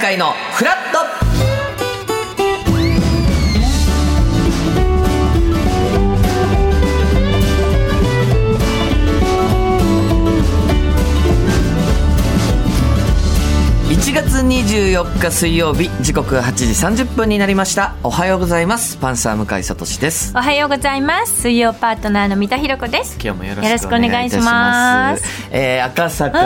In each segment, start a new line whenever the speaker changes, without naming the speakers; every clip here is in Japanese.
代のフラット1月24日水曜日時刻8時30分になりましたおはようございますパンサー向井聡です
おはようございます。水曜パートナーの三田寛子です。
今日もよ
ろしくお願いいたします
よろしくお願いいたしますえー、赤坂、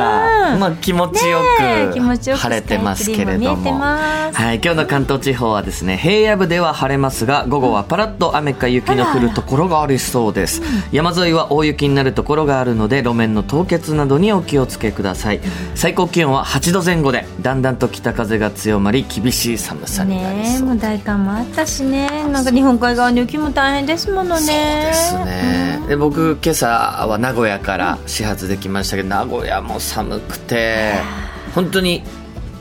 うん
まあ、気持ちよ
ねえ気持ちよ
く
く
晴れてますけれ
スカイツリ
ど
ーも見えて
も
ます
はい、今日の関東地方はですね平野部では晴れますが午後はパラッと雨か雪の降るところがありそうです、山沿いは大雪になるところがあるので路面の凍結などにお気をつけください最高気温は8度前後でだんだんと北風が強まり厳しい寒さになり
ねえ、
そう
もう大寒もあったしね。なんか日本海側の雪も大変ですものね。
ですね、で僕今朝は名古屋から始発できましたけど名古屋も寒くて本当に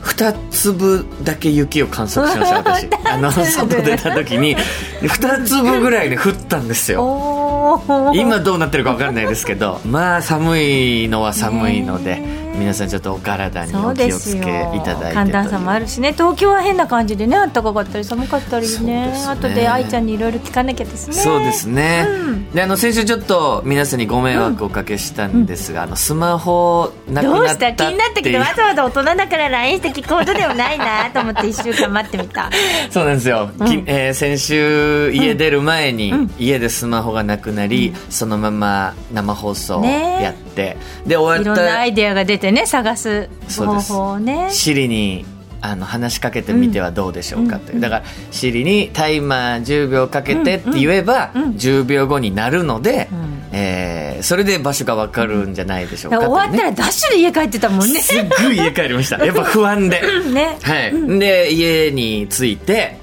2粒だけ雪を観測しま した私あの外出た時に2粒ぐらいね降ったんですよ
おお。
今どうなってるか分かんないですけどまあ寒いのは寒いので
ね
皆さんちょっとお体に
そ
お
う
気
で
をつ
す
けい
よ。
ただいて
寒暖差もあるしね。東京は変な感じでね、暖かかったり寒かったり
そう
ね。
ですね
後で愛ちゃんにいろいろ聞かなきゃですね。
そうですね、
うん
であの先週ちょっと皆さんにご迷惑をおかけしたんですが、あのスマホなく
どう
な
し
った
た
っ
気
ていう
になったけどわざわざ大人だから LINE して聞くほどでもないなと思って一週間待ってみ た
そうなんですよ、きえー先週家出る前に、家でスマホがなくなり、そのまま生放送
ねえ
やって、で終
い
わ
ろ
っ
んなアイ
た
デアが出てね探す方法をね
シリにあの話しかけてみてはどうでしょうかっていう、だからシリにタイマー10秒かけてって言えば、10秒後になるので、
ん
えーそれで場所がわかるんじゃないでしょうか
終
というね
わったらダッシュで家帰ってたもんね。
すっごい家帰り ましたやっぱ不安で
ね。
はい、で家に着いて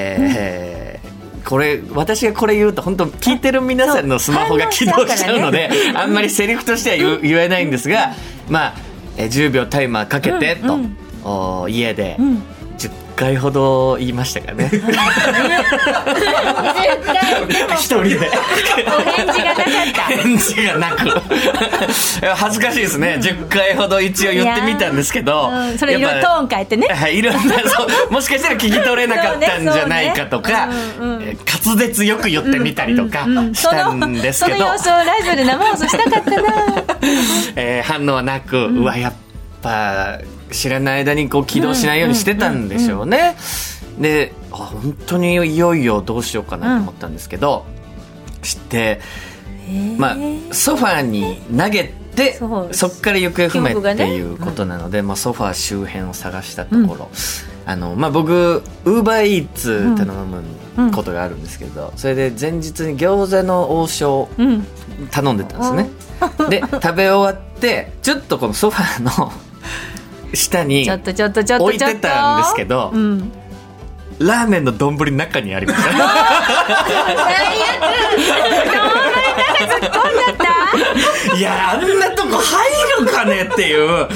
えーこれ私がこれ言うと本当聞いてる皆さんのスマホが起動しちゃうので、あんまりセリフとしては言う言えないんですが、まあ、えー10秒タイマーかけてと、
うん
お家で
ん
10回ほど言いましたから ね一人で。
お返事がなかっ
返事がなくいや恥ずかしいですね、10回ほど一応言ってみたんですけ
た。
ど、
うん、それいろいろトーン変えてね。
はい、いろんな そうもしかしたら聞き取れなかったんじゃないかとか、
そうねそうねうんうん
えー滑舌よく言ってみたりとか
うん、
し
そ
たん
の
です
そ
け
の
ど、
様子をラジオで生放送したかったな。
えー反応はなく、うわやっぱ知らない間にこう起動しないようにしてたんでしょうね。であ本当にいよいよどうしようかなと思ったんですけど、して、まあ、ソファーに投げて
そう
そっから行方不明
記憶が
っ
ね
ていうことなので、まあ、ソファー周辺を探したところ、あのまあ、僕ウーバーイーツ頼むことがあるんですけど、それで前日に餃子の王将
うん。
頼んでたんですねで食べ終わってちょっとこのソファーの下に
ちょっ
ラ
とちょっとちょっとちょっと。
置いてたんですけど
うん。
ーメンの丼の中にありました いやあんなとこ入るかねっていう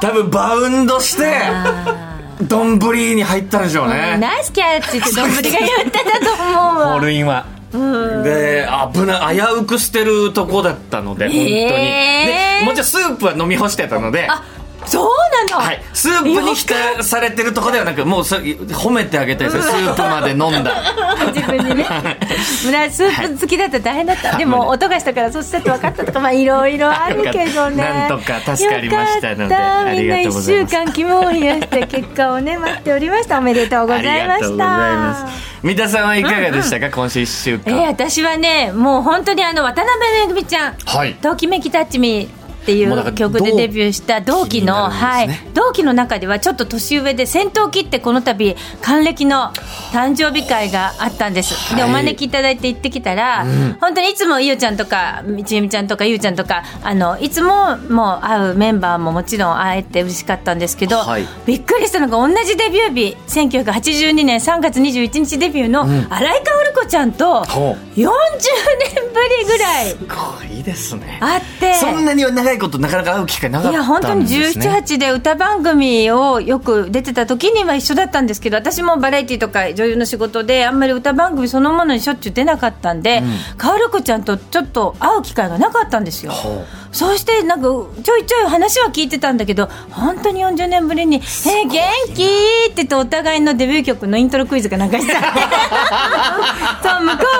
多分バウンドして
あ
丼に入ったんでしょう
ー
ね
ナイスキャッチってどんぶりが言ってたと思う
ホ
わ
ー。ルインワンで危ない危うく捨てるとこだったので本当に、
えー
でもちろんスープは飲み干してたので
あ、そうなの。
はい、スープに浸されてるとかではなくもうそれ褒めてあげたいですねスープまで飲んだ
自分にね。村井スープ好きだったら大変だった。でも音がしたからそうしたって分かったとかまあいろいろあるけどね。
なんとか助かりましたので
よかった
あ
み
り
ん
が
な
とう
一
ござい
週
ます
間肝を冷やして結果をね待っておりました。おめでとうござ
あ
い
りが
ま
とう
し
ござい
た
ま。す三田さんはいかがでしたか、今週1週
え
間、
ー、私はねもう本当にあの渡辺めぐみちゃん
はい
ときめきたちみってい
もうだか
う
ら
曲でデビューした同期の、
同期にな
は
るん
い
ですね、
同期の中ではちょっと年上で先頭を切ってこの度還暦の誕生日会があったんです、
はい
でお招きいただいて行ってきたら、本当にいつもいよちゃんとかちえみちゃんとかゆうちゃんとかあのいつももう会うメンバーももちろん会えて嬉しかったんですけど、
はい
びっくりしたのが同じデビュー日1982年3月21日デビューの新井香織子ちゃんと
ほう
40年ぶりぐらい
すごいいですね
あって
そんなには長いことなかなか会う機会なか
い
っ
や本
た
当
ん
に
です、ね、
17、8で歌番組をよく出てた時には一緒だったんですけど私もバラエティとか女優の仕事であんまり歌番組そのものにしょっちゅう出なかったんで、カオル子ちゃんとちょっと会う機会がなかったんですよ。
ほ
そうしてなんかちょいちょい話は聞いてたんだけど本当に40年ぶりに「えー、元気!」って言ってお互いのデビュー曲のイントロクイズが流したそう向こう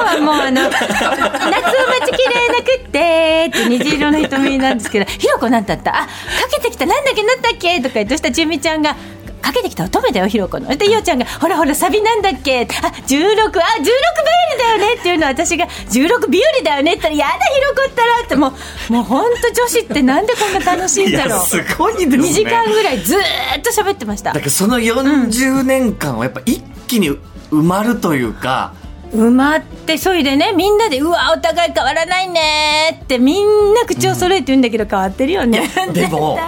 はもうあ の「夏待ちきれなくって」って虹色の瞳なんですけど「ひろこなんだったあかけてきたなんだっけなんだっけ?」とか言ってそしたらちゅみちゃんが「かけてきた乙女だよひろこのでいおちゃんが「ほらほらサビなんだっけあ16あ16日和だよね」っていうのを私が「16日和だよね」って言ったら「やだひろこったら」ってもうもう本当女子ってなんでこんな楽しいん
い
だ
や
ろう
すごいですね
2時間ぐらいずーっと喋ってました
だからその40年間はやっぱ一気に埋まるというか、
埋まってそいでねみんなで「うわお互い変わらないね」ってみんな口を揃えて言うんだけど変わってるよね、
で も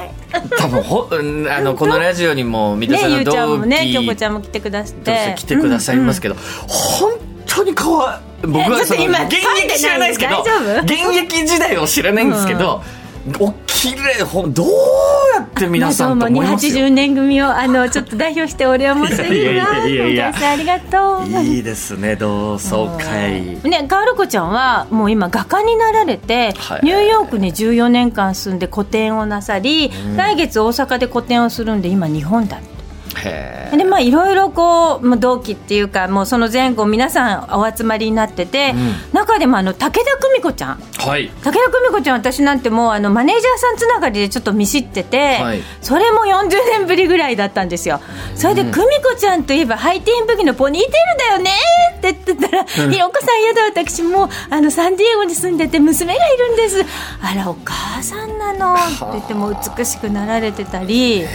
多分ほうんあのこのラジオにも三田
ね
さん
ゆ
の
うちゃん
同
も
期
ね京子ちゃんも来てくださっ
として
て
来てくださいますけど、本当に変わ僕
えちょ
は
っと
その
今
現役知らないですけど
パンってない
現役時代を知らないんですけど、お綺麗ほんどうやって皆さんと思いますよ
どうも280年組をあ のちょっと代表してお礼を申し上げます。
いやいやいやいや
本当にありがとう。
いいですね同窓会
ね、カール子ちゃんはもう今画家になられて、
はい
ニューヨークに14年間住んで個展をなさり、来月大阪で個展をするんで今日本だって
へ
でまあいろいろこう、まあ、同期っていうかもうその前後皆さんお集まりになってて、中でもあの武田久美子ちゃん
ーはい
武田久美子ちゃん私なんてもうあのマネージャーさんつながりでちょっと見知ってて、
はい
それも40年ぶりぐらいだったんですよそれで、久美子ちゃんといえばハイティーンブギのポニーテールだよねって言ってたら「ひろこさんやだ私もうあのサンディエゴに住んでて娘がいるんですあらお母さんなの」って言ってもう美しくなられてたり。
ね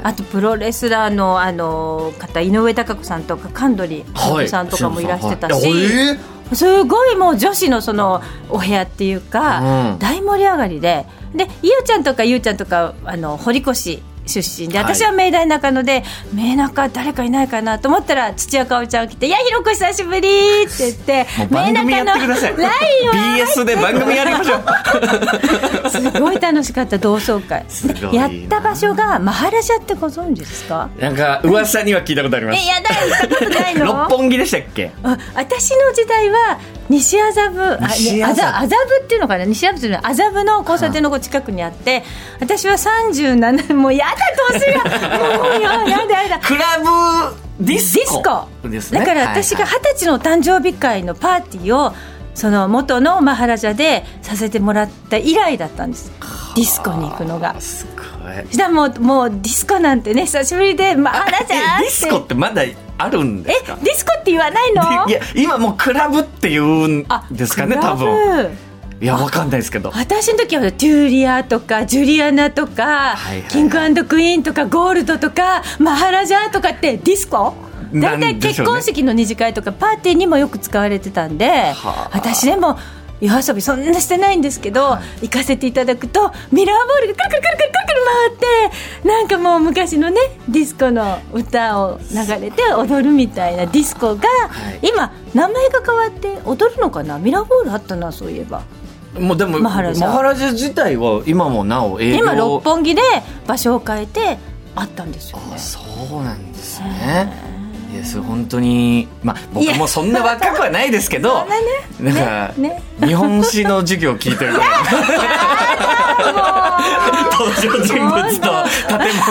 え
あとプロレスラーのあの方井上貴子さんとか神取
はい
さんとかもいらしてたし、
はいえー
すごいもう女子のそのお部屋っていうか、
うん
大盛り上がりでで伊代ちゃんとかゆうちゃんとかあの堀越出身で
はい
私は明大中野で、明中誰かいないかなと思ったら土屋かおちゃんが来て「いやひろこ久しぶり!」って言って
もう番組やってください
明中のラインは
BS で番組やりましょう
すごい楽しかった同窓会
すごいな
でやった場所がマハラジャってご存知ですか
なんか噂には聞いたことありま
え
す
やだ行ったことないの
六本木でしたっけ
あ私の時代は西麻布あ
西
ね
麻布
麻麻布っていうのかな西麻布っていうのは麻布の交差点のこう近くにあって私は37もうやだどうしようもうややだやだ
クラブディス
ディスコ
コですね
だから私が
はい
二十歳のお誕生日会のパーティーをその元のマハラジャでさせてもらった以来だったんですディスコに行くのが
はいすごい
そしたらもうもうディスコなんてね久しぶりでマハラジャ
えディスコ
ー
っ
って
てまだあるんで
え
すか
ディスコって言わないの
でいや今もうクラブって言うん
あ
ですかね
クラ
多
ブ
分いやわかんないですけど
私の時はトゥーリアとかジュリアナとか、
はいはい
キングクイーンとかゴールドとかマハラジャーとかってディスコ
な
大
んでし
体結
ょうね
婚式の二次会とかパーティーにもよく使われてたんで、
はあ
私でも夜遊びそんなしてないんですけど、行かせていただくとミラーボールがくるくるくるくるくる回ってなんかもう昔のねディスコの歌を流れて踊るみたいなディスコが、
はい
今名前が変わって踊るのかなミラーボールあったなそういえば。
もうでもマ
マ
ハ
ハ
ラ
ラ
ジ
ジャ
ャ自体は今もなお営業
今六本木で場所を変えてあったんですよね
あそうなんですねいやそれ本当にまあ僕もそんな若くはないですけど
そんな
なんか、
ね
日本史の授業聞いてるぐら い登場人物と建物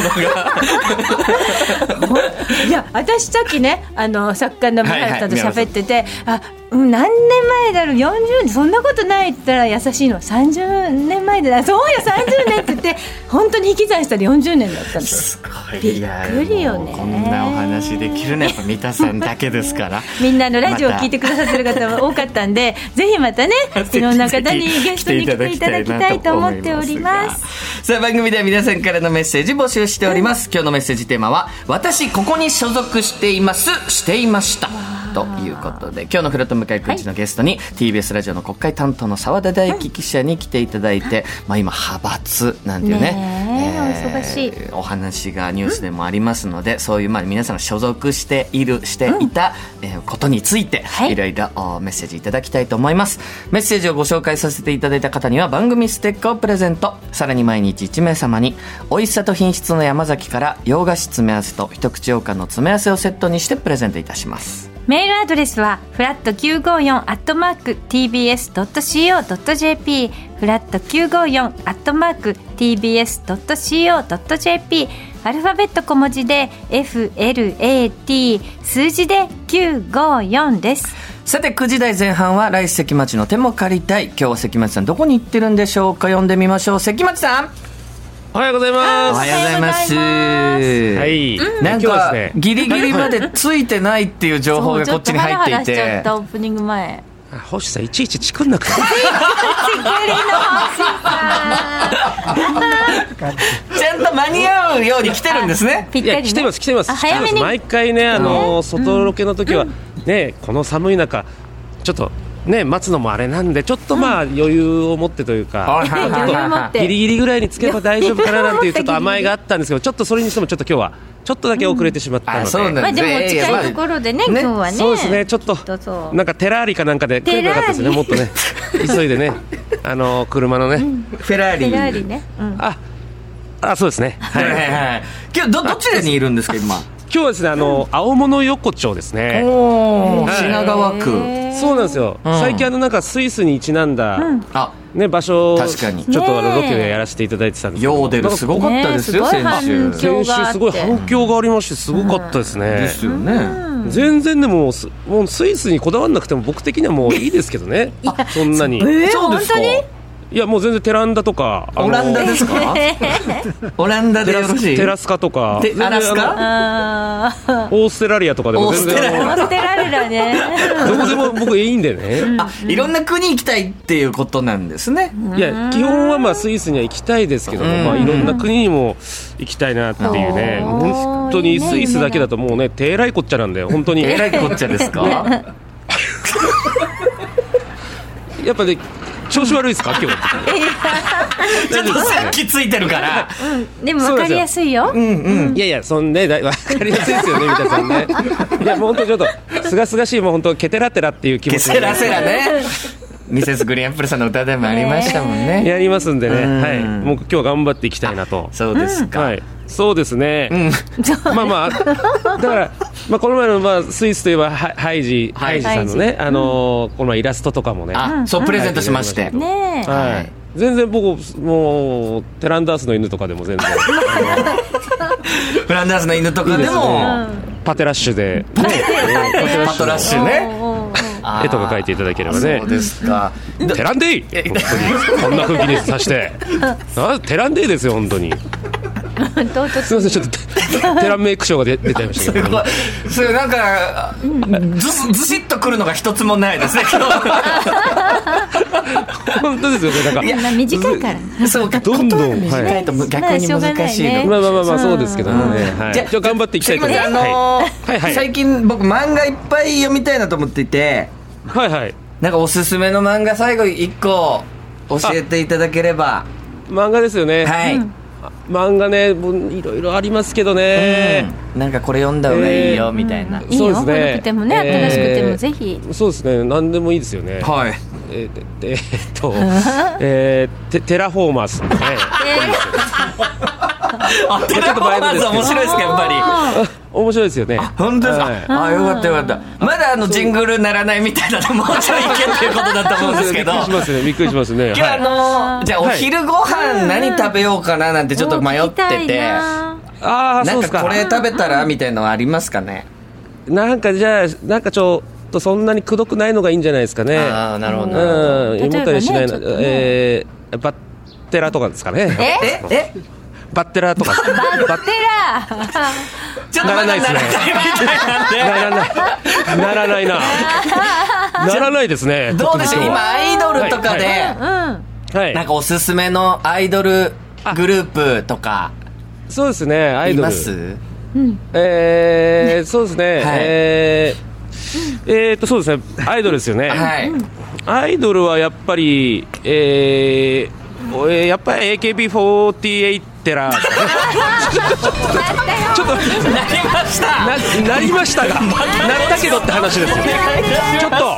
が
いや私さっきねあの作家の宮原さんと
はいはい
喋ってて、あうん何年前だろう40年そんなことないって言ったら優しいのは30年前だなそうよ30年って言って 本当に引き算したら40年だったん です
すごい
びっくりよね
いやもうこんなお話できるのはやっぱ三田さんだけですから
みんなあのラジオを聞いて
また、
くださってる方も多かったんで、ぜひまた ねいろんな方にゲストに来ていただきたいと思っております。
さあ番組では皆さんからのメッセージ募集しております、今日のメッセージテーマは私ここに所属していますしていましたということで今日の「フラット向井くんち」のゲストに、TBS ラジオの国会担当の澤田大樹記者に来ていただいて、まあ、今派閥なんていうね
ねえお忙しい
お話がニュースでもありますので、そういうまあ皆さんが所属しているしていた、えーことについて、
はい
いろいろおメッセージいただきたいと思いますメッセージをご紹介させていただいた方には番組ステッカーをプレゼントさらに毎日1名様に美味しさと品質の山崎から洋菓子詰め合わせと一口羊羹の詰め合わせをセットにしてプレゼントいたします
メールアドレスはフラット954アットマーク tbs ドット co ドット jp フラット954アットマーク tbs ドット co ドット jp アルファベット小文字で flat 数字で954です。
さて9時台前半は来世関町の手も借りたい今日は関町さんどこに行ってるんでしょうか読んでみましょう関町さん
おはようござい
お
ま
はようございます
す。はい。
なんか、
今日はですね、
ギリギリまでついてないっていう情報がこっちに入っていて
オープニング 前。
あ星さん、いちいちチクんなくて。
ちゃんと間に合うように来てるんですね
ぴっ
い
たり、
や、
ね。
来てます、来てます。
あ早め
来て
に。
ます毎回ね、あのー、外ロケの時は、ね、この寒い中、ちょっと、ね、待つのもあれなんで、ちょっとまあ、余裕を持ってというか、
い
余裕持って
ギリギリぐらいにつけば大丈夫かななんていう、ちょっと甘えがあったんですけど、ちょっとそれにしても、ちょっと今日は、ちょっとだけ遅れてしまったの
あ
で。
そう
ま
な
あ
ん
でも近いところでね、
ね
今日はね。
そうですね、ちょっと
どうぞ、
なんかテラーリかなんかで、来ればよかったですね、
テラ
も
ー
っとね、急いでね、あのー、車のね、
フェラーリ
フェラーリね。うん。
あ、あ、そうですね。
は
は
は
い
い
い。
はい今日どどちらにいるんですか今
今日はですね、あの、青物横丁ですね。
お
はい
品川区
そうなんですよ。
ん
最近あのなんかスイスにちなんだ、
あ
ね場所を
確かに
ちょっとあの
ねえ
ロケでやらせていただいてたんですけど。
ヨーデルすごかったですよ
ねすご
先
い反響
週
先
があっ
週
て
すごい反響がありましてすごかったです
で
ね。
すよね
全然でもすもうスイスにこだわらなくても僕的にはもういいですけどね。そんなに。
えー
そうですか
本当に
いやもう全然テランダとか、あの
オランダで すかオランダで
テ
よ
ラ
ろ
ス
しい
テラスカとか、
で
全然
アラス
あの
カ
ああ。
オーストラリアとかでも全
オーストラリ
然
ア
あの
捨てられるね。
どこでも僕いいんでね。
あいろんな国行きたいっていうことなんですね
いや基本はまあスイスには行きたいですけども、
うん
まあ、いろんな国にも行きたいなっていうね、
うん
本当にスイスだけだともうね、手らいこっちゃなんで、本当 に、
えら
や
いこっちゃです か
っぱね、調子悪いですか、今日
ちょっとさっきついてるから
でも分かりやすいよ。
いやいや、そんね、だいわかりやすい ですよね、三田さんね。いや、もう本当ちょっと、すがすがしい、もう本当、ケテラテラっていう気持
ケ
ち
セラセラね ミセスグリーンアップルさんの歌でもありましたもんね、
やりますんでね、
うん
はい、もう今日は頑張っていきたいなと。
そうですか、
はい、そうですね。
ん
まあまあ、だから、まあ、この前の、まあ、スイスといえば、ハハイジ、
は
ハ
い
イジさんのね、あのーこのイラストとかもね。は
あそうプレゼントしまして、
ねえ。
はい
い。全然僕、もう、テランダースの犬とかでも全然、
フランダースの犬とかでも
パテラッシュで、
パトラッシュね
おーおー
あー
絵とか描いていただければね
そう。ですか、だ
テランデイ本当にこんな風にさして。あテランデイですよ、本当に。
おーどうぞ
すみません、ちょっと、テランメイクショーが出出ちゃいましたけど。
それなんかずずしっとくるのが一つもない ですね今
本当ですよ、これなんか。
まあ短いから。
日そうか
どんどん
言葉が短いと
はい
逆に難しいの、
まあしょうがないね
まあまあまあまあ、そうですけどもね。はい。
じ
じ
ゃ
ゃあ頑張っていきたいと思いま
関町さ
す。
んあ
は
のー
はいはい
最近僕漫画いっぱい読みたいなと思っていて
いはいはい。
なんかおすすめの漫画最後一個教えていただければ
漫画ですよね。
はい、
漫画ねもういろいろありますけどね、
うんなんかこれ読んだ方がいいよみたいな、
いい
そう
よ。
ですね
古くてもね、
え
新
ー
しくてもぜひ。
そうですね何でもいいですよね、
はい
えーででえーっと、 えーテテラフォーマースね
あテラフォーマーズ面白いですかやっぱり
面白いですよね
本当ですか、
はい
あよかったよかったまだあのジングル鳴らないみたいなのもうちょいいけっていうことだと思うんですけど
びっくりしますねびっくりしますね
今日あ
はい
のじゃあお昼ご飯何食べようかななんてちょっと迷って
聞きたい
て
な
ああ
な
そうんです
か
か
これ食べたらみたいのはありますかね
なんかじゃあなんかちょっとそんなにくどくないのがいいんじゃないですかね
ああなるほど
う
なるほど
ん
例えばね
胃もたりしない
ちょ
な、
っとね
えーバッテラとかですかね
え
ええ
バッテラとかバッ
テラ
ちょっとまだ
ならないですね
みたいなんで
ならないならないなならないですね
どうでしょう
ちっと
今アイドルとかで、
うん。
はい
なんかおすすめのアイドルグループとか
そうですね、アイ
い
ドル。
ます
えー、そうですね、
はい
えーえー、っとそうですねアイドルですよね、
はい。
アイドルはやっぱり、えーおえーやっぱり AKB48 テラちょっと
なりました
ななりましたがなったけどって話ですよちょっと